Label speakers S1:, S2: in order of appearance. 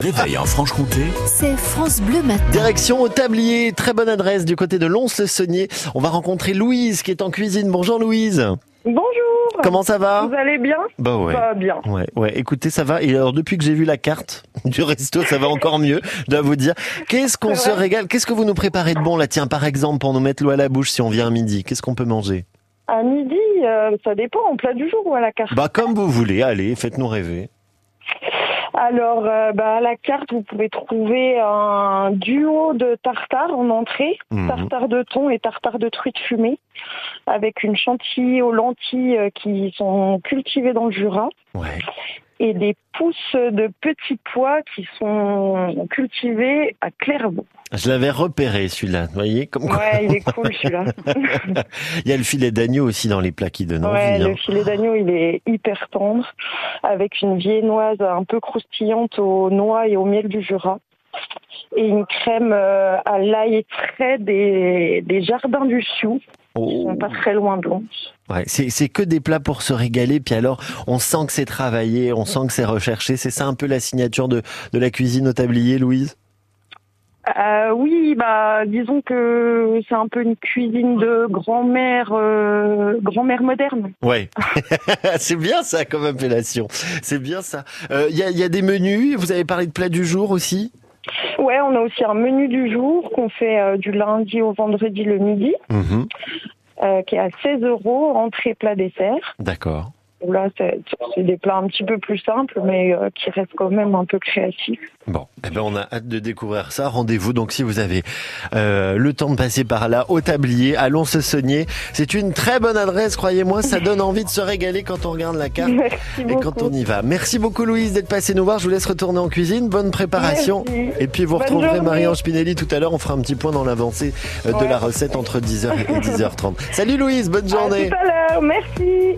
S1: Réveil en Franche-Comté.
S2: C'est France Bleu Matin.
S3: Direction au tablier, très bonne adresse du côté de Lons-le-Saunier. On va rencontrer Louise qui est en cuisine. Bonjour Louise.
S4: Bonjour.
S3: Comment ça va
S4: Vous allez bien
S3: Bah ouais.
S4: Bah, bien.
S3: Ouais, ouais. Écoutez, ça va. Et alors depuis que j'ai vu la carte du resto, ça va encore mieux. Je dois vous dire. Qu'est-ce qu'on se
S4: C'est vrai.
S3: régale Qu'est-ce que vous nous préparez de bon là Tiens, par exemple, pour nous mettre l'eau à la bouche si on vient à midi, qu'est-ce qu'on peut manger
S4: À midi, euh, ça dépend, en plat du jour ou à la carte.
S3: Bah comme vous voulez. Allez, faites-nous rêver.
S4: Alors, euh, bah, à la carte, vous pouvez trouver un duo de tartare en entrée,
S3: Mhm.
S4: tartare de thon et tartare de truite fumée, avec une chantilly aux lentilles euh, qui sont cultivées dans le Jura
S3: Ouais.
S4: et des pousses de petits pois qui sont cultivées à Clairvaux.
S3: Je l'avais repéré celui-là. Vous voyez comme quoi.
S4: Ouais, il est cool celui-là.
S3: Il y a le filet d'agneau aussi dans les plats qui donnent
S4: Ouais,
S3: envie. hein.
S4: le filet d'agneau, il est hyper tendre, avec une viennoise un peu croustillante aux noix et au miel du Jura. Et une crème euh, à l'ail et frais des, des jardins du Sioux, qui
S3: Oh.
S4: sont pas très loin de Lons.
S3: Ouais, c'est c'est que des plats pour se régaler, puis alors on sent que c'est travaillé, on sent que c'est recherché. C'est ça un peu la signature de, de la cuisine au tablier, Louise
S4: Euh, oui, bah, disons que c'est un peu une cuisine de grand-mère, euh, grand-mère moderne.
S3: Ouais, c'est bien ça comme appellation, c'est bien ça. Euh, Il y, a, il y a des menus, vous avez parlé de plats du jour aussi
S4: Ouais, on a aussi un menu du jour qu'on fait euh, du lundi au vendredi le midi, euh, qui est à 16 euros, entrée, plat, dessert.
S3: D'accord.
S4: Bon, Là, c'est c'est des plats un petit peu plus simples, mais euh, qui restent quand même un peu créatifs.
S3: Bon, eh ben on a hâte de découvrir ça. Rendez-vous donc si vous avez euh, le temps de passer par là au tablier, allons se saunier. C'est une très bonne adresse, croyez-moi, ça donne envie de se régaler quand on regarde la carte.
S4: Merci
S3: Et
S4: beaucoup.
S3: quand on y va. Merci beaucoup Louise d'être passée nous voir. Je vous laisse retourner en cuisine. Bonne préparation.
S4: Merci.
S3: Et puis vous
S4: Bonne
S3: retrouverez
S4: journée.
S3: Marie-Ange Spinelli tout à l'heure. On fera un petit point dans l'avancée euh, de
S4: Ouais.
S3: la recette entre 10h et 10h30. Salut Louise, bonne
S4: À
S3: journée.
S4: tout à l'heure, merci.